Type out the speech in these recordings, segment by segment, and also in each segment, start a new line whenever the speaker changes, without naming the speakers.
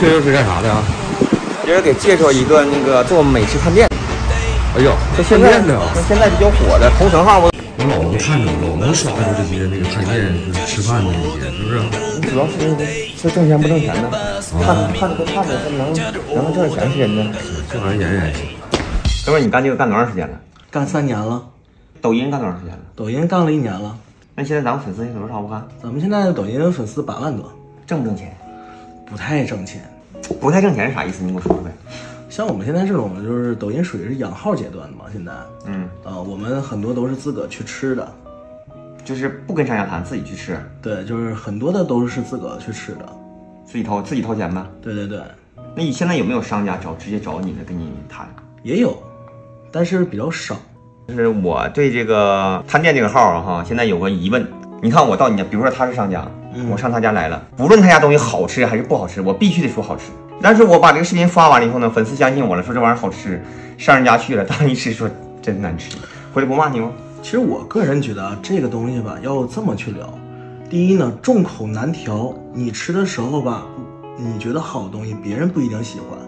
这又是干啥的啊？
今儿给介绍一个那个做美式探店，
哎呦，这
现
现
在
店的啊，
那现在比较火的同城号不，
我老能看着，老能刷到这些那个探店就是吃饭的那些，是不是？
主要是那个是挣钱不挣钱的，看看不看着他能能挣钱是真的。
这玩意儿演演行。
哥们儿，你干这个干多长时间了？
干三年了，
抖音干多长时间了？
抖音干了一年了，
那现在咱们粉丝有多少不看？
咱们现在的抖音粉丝八万多，
挣不挣钱？
不太挣钱。
不太挣钱是啥意思？你给我说说呗。
像我们现在这种，就是抖音属于是养号阶段嘛，现在，
嗯，
呃，我们很多都是自个儿去吃的，
就是不跟商家谈，自己去吃，
对，就是很多的都是自个儿去吃的，
自己掏自己掏钱呗。
对对对，
那你现在有没有商家找直接找你的跟你谈？
也有，但是比较少。
就是我对这个探店这个号啊哈，现在有个疑问。你看我到你家，比如说他是商家，我上他家来了，无论他家东西好吃还是不好吃，我必须得说好吃。但是我把这个视频发完了以后呢，粉丝相信我了，说这玩意儿好吃，上人家去了，当一吃说真难吃，回来不骂你哦吗？
其实我个人觉得啊，这个东西吧，要这么去聊。第一呢，众口难调，你吃的时候吧，你觉得好的东西，别人不一定喜欢。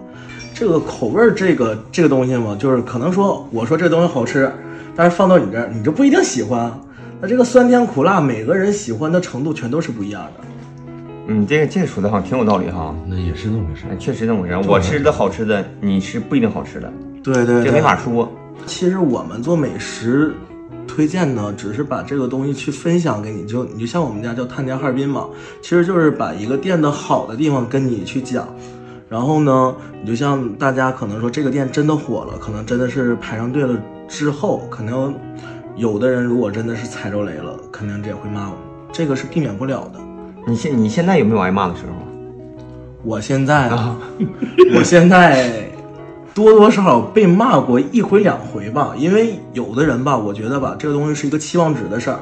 这个口味儿，这个这个东西嘛，就是可能说我说这东西好吃，但是放到你这儿，你就不一定喜欢。那这个酸甜苦辣，每个人喜欢的程度全都是不一样的。
嗯，这个这个说的哈挺有道理哈，
那也是那么回事
哎。确实这么回事。我吃的好吃的，你吃不一定好吃的，
对对
这没法说。
其实我们做美食推荐呢，只是把这个东西去分享给你，就你就像我们家叫探店哈尔滨嘛，其实就是把一个店的好的地方跟你去讲。然后呢，你就像大家可能说这个店真的火了，可能真的是排上队了之后，可能有的人如果真的是踩着雷了，肯定这也会骂我们，这个是避免不了的。
你现你现在有没有挨骂的时候？啊
我现在啊， 我现在多多少少被骂过一回两回吧，因为有的人吧，我觉得吧，这个东西是一个期望值的事儿，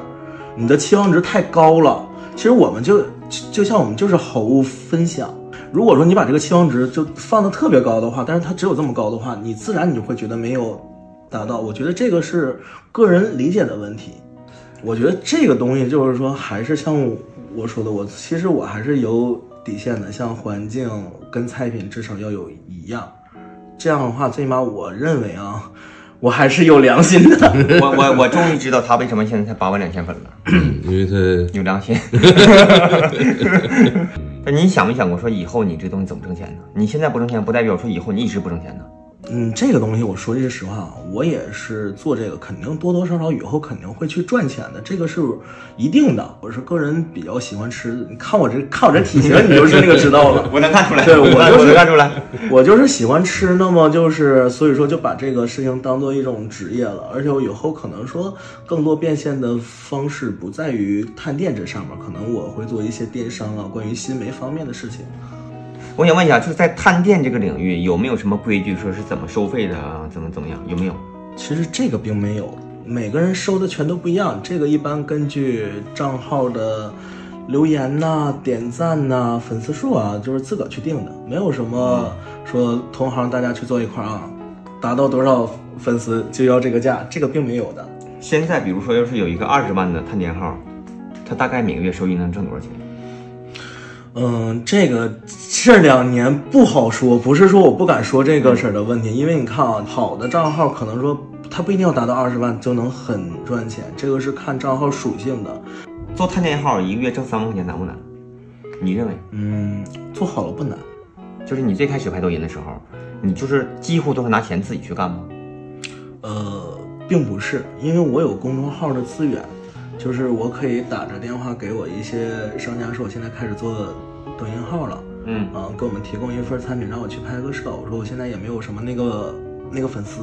你的期望值太高了。其实我们就就就像我们就是好物分享，如果说你把这个期望值就放的特别高的话，但是它只有这么高的话，你自然你就会觉得没有达到。我觉得这个是个人理解的问题。我觉得这个东西就是说，还是像我说的，我其实我还是有底线的，像环境跟菜品至少要有一样。这样的话，最起码我认为啊， 我还是有良心的。
我我我终于知道他为什么现在才八万两千粉了。
嗯因为他
有良心。 那你想没想过说以后你这东西怎么挣钱呢？你现在不挣钱，不代表说以后你一直不挣钱呢。
嗯，这个东西我说句实话，我也是做这个，肯定多多少少以后肯定会去赚钱的，这个是一定的。我是个人比较喜欢吃，你看我这看我这体型，你就是那个知道了。
我能看出来，
对我
能
就是
我能看出来。
我就是喜欢吃，那么就是所以说就把这个事情当做一种职业了，而且我以后可能说更多变现的方式不在于探店这上面，可能我会做一些电商啊，关于新媒方面的事情。
我想问一下，就是在探店这个领域有没有什么规矩，说是怎么收费的啊？怎么怎么样？有没有？
其实这个并没有，每个人收的全都不一样，这个一般根据账号的留言呐、点赞呐、粉丝数啊，就是自个儿去定的，没有什么说同行大家去做一块儿啊，达到多少粉丝就要这个价，这个并没有的。
现在比如说，要是有一个二十万的探店号，他大概每个月收益能挣多少钱？
嗯，这个这两年不好说，不是说我不敢说这个事儿的问题，因为你看啊，好的账号可能说它不一定要达到二十万就能很赚钱，这个是看账号属性的。
做探店号一个月挣三万块钱难不难？你认为？
嗯，做好了不难，
就是你最开始拍抖音的时候，你就是几乎都是拿钱自己去干吗？
呃，并不是，因为我有公众号的资源，就是我可以打着电话给我一些商家说，我现在开始做抖音号了。
嗯，
啊，给我们提供一份产品，让我去拍个摄。我说我现在也没有什么那个那个粉丝，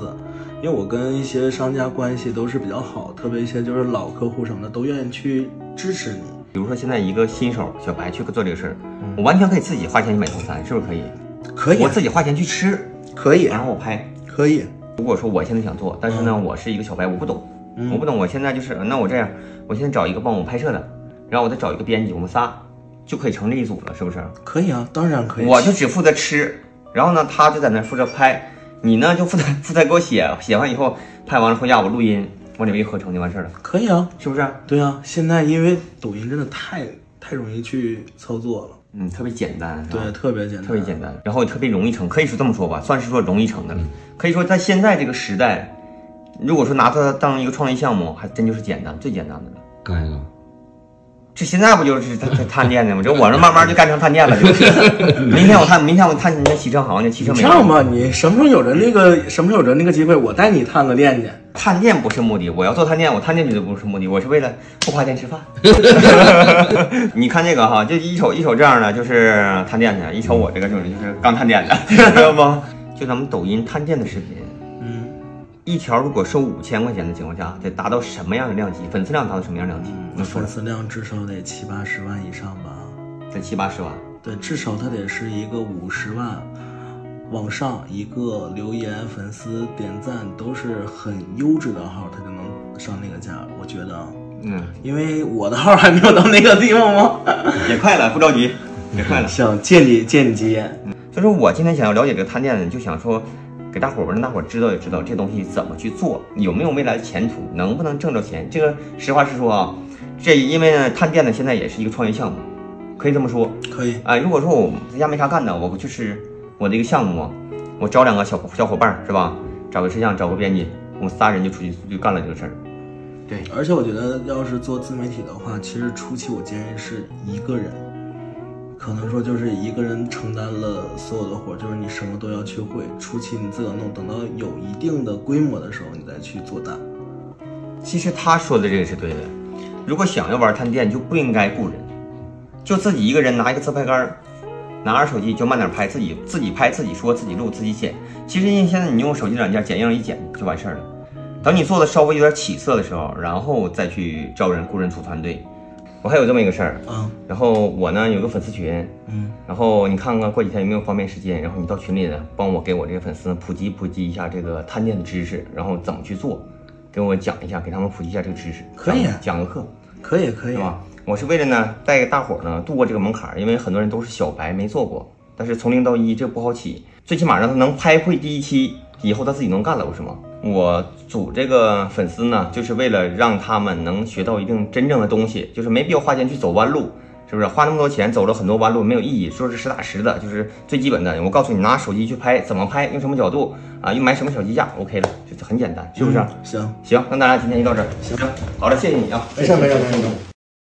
因为我跟一些商家关系都是比较好，特别一些就是老客户什么的都愿意去支持你。
比如说现在一个新手小白去做这个事儿，我完全可以自己花钱去买套餐，是不是嗯可以？啊
可啊
我自己花钱去吃，
可以，啊
然后我拍。
可以。
如果说我现在想做，但是呢，我是一个小白，我不懂，我不懂。我现在就是，呃那我这样，我现在找一个帮我拍摄的，然后我再找一个编辑，我们仨就可以成立一组了，是不是？
可以啊，当然可以。
我就只负责吃，然后呢，他就在那负责拍，你呢就负责负责给我写，写完以后拍完了回家我录音，往里面一合成就完事儿了，
可以啊，
是不是？
对啊，现在因为抖音真的太太容易去操作了。
嗯，特别简单，是吧
对，特别简单，
啊特别简单，然后也特别容易成，可以说这么说吧，算是说容易成的了。
嗯
可以说在现在这个时代，如果说拿它当一个创业项目，还真就是简单，最简单的了。
干一个。
这现在不就是探探探店的吗？这我这慢慢就干成探店了，就是。 明天我探，明天我探你那汽车行去，汽车
你
美
这
容
样。吧，你什么时候有着那个什么时候有着那个机会，我带你探个店去。
探店不是目的，我要做探店，我探店绝对不是目的，我是为了不花钱吃饭。你看这个哈，就一瞅一瞅这样的，就是探店去；一瞅我这个就是就是刚探店的，知道吗？就咱们抖音探店的视频，
嗯，
一条如果收五千块钱的情况下，得达到什么样的量级？粉丝量达到什么样的量级？能说
嗯粉
来
丝量至少得七八十万以上吧？
得七八十万。
对，至少它得是一个五十万往上，一个留言、粉丝点赞都是很优质的号，它就能上那个价。我觉得啊，
嗯，
因为我的号还没有到那个地步吗？
也快了，不着急，也快了。
想借你借你吉言，
所以说我今天想要了解这个探店，就想说，给大伙儿让大伙儿知道也知道这东西怎么去做，有没有未来的前途，能不能挣着钱。这个实话实说啊， 这因为呢探店呢现在也是一个创业项目，可以这么说。
可以，
哎，如果说我在家没啥干的，我就是我的一个项目啊，我找两个小小伙伴儿是吧？找个摄像，找个编辑，我们仨人就出去就干了这个事儿。对，
而且我觉得，要是做自媒体的话，其实初期我建议是一个人，可能说就是一个人承担了所有的活，就是你什么都要去会。初期你自个弄，等到有一定的规模的时候，你再去做大。
其实他说的这个是对的。如果想要玩探店，就不应该雇人，就自己一个人拿一个自拍杆儿，拿着手机就慢点拍，自己自己拍，自己说，自己录，自己剪。其实因为现在你用手机软件剪映一剪就完事儿了。等你做的稍微有点起色的时候，然后再去招人雇人组团队。我还有这么一个事儿，
嗯
然后我呢有个粉丝群，
嗯，
然后你看看过几天有没有方便时间，然后你到群里呢，帮我给我这些粉丝普及普及一下这个探店的知识，然后怎么去做，给我讲一下，给他们普及一下这个知识。
可以啊
讲讲个课，
可以可以
对，吧？我是为了呢带大伙儿呢度过这个门槛儿，因为很多人都是小白没做过，但是从零到一这不好起，最起码让他能拍会第一期，以后他自己能干了，不是吗？我组这个粉丝呢，就是为了让他们能学到一定真正的东西，就是没必要花钱去走弯路，是不是？花那么多钱走了很多弯路没有意义，说是实打实的，就是最基本的。我告诉你，拿手机去拍，怎么拍，用什么角度啊，用买什么手机架，OK 了，就是很简单，是不是？
嗯行，
行，那大家今天就到这儿，行，好了，谢谢你啊，
没事没事没事。没事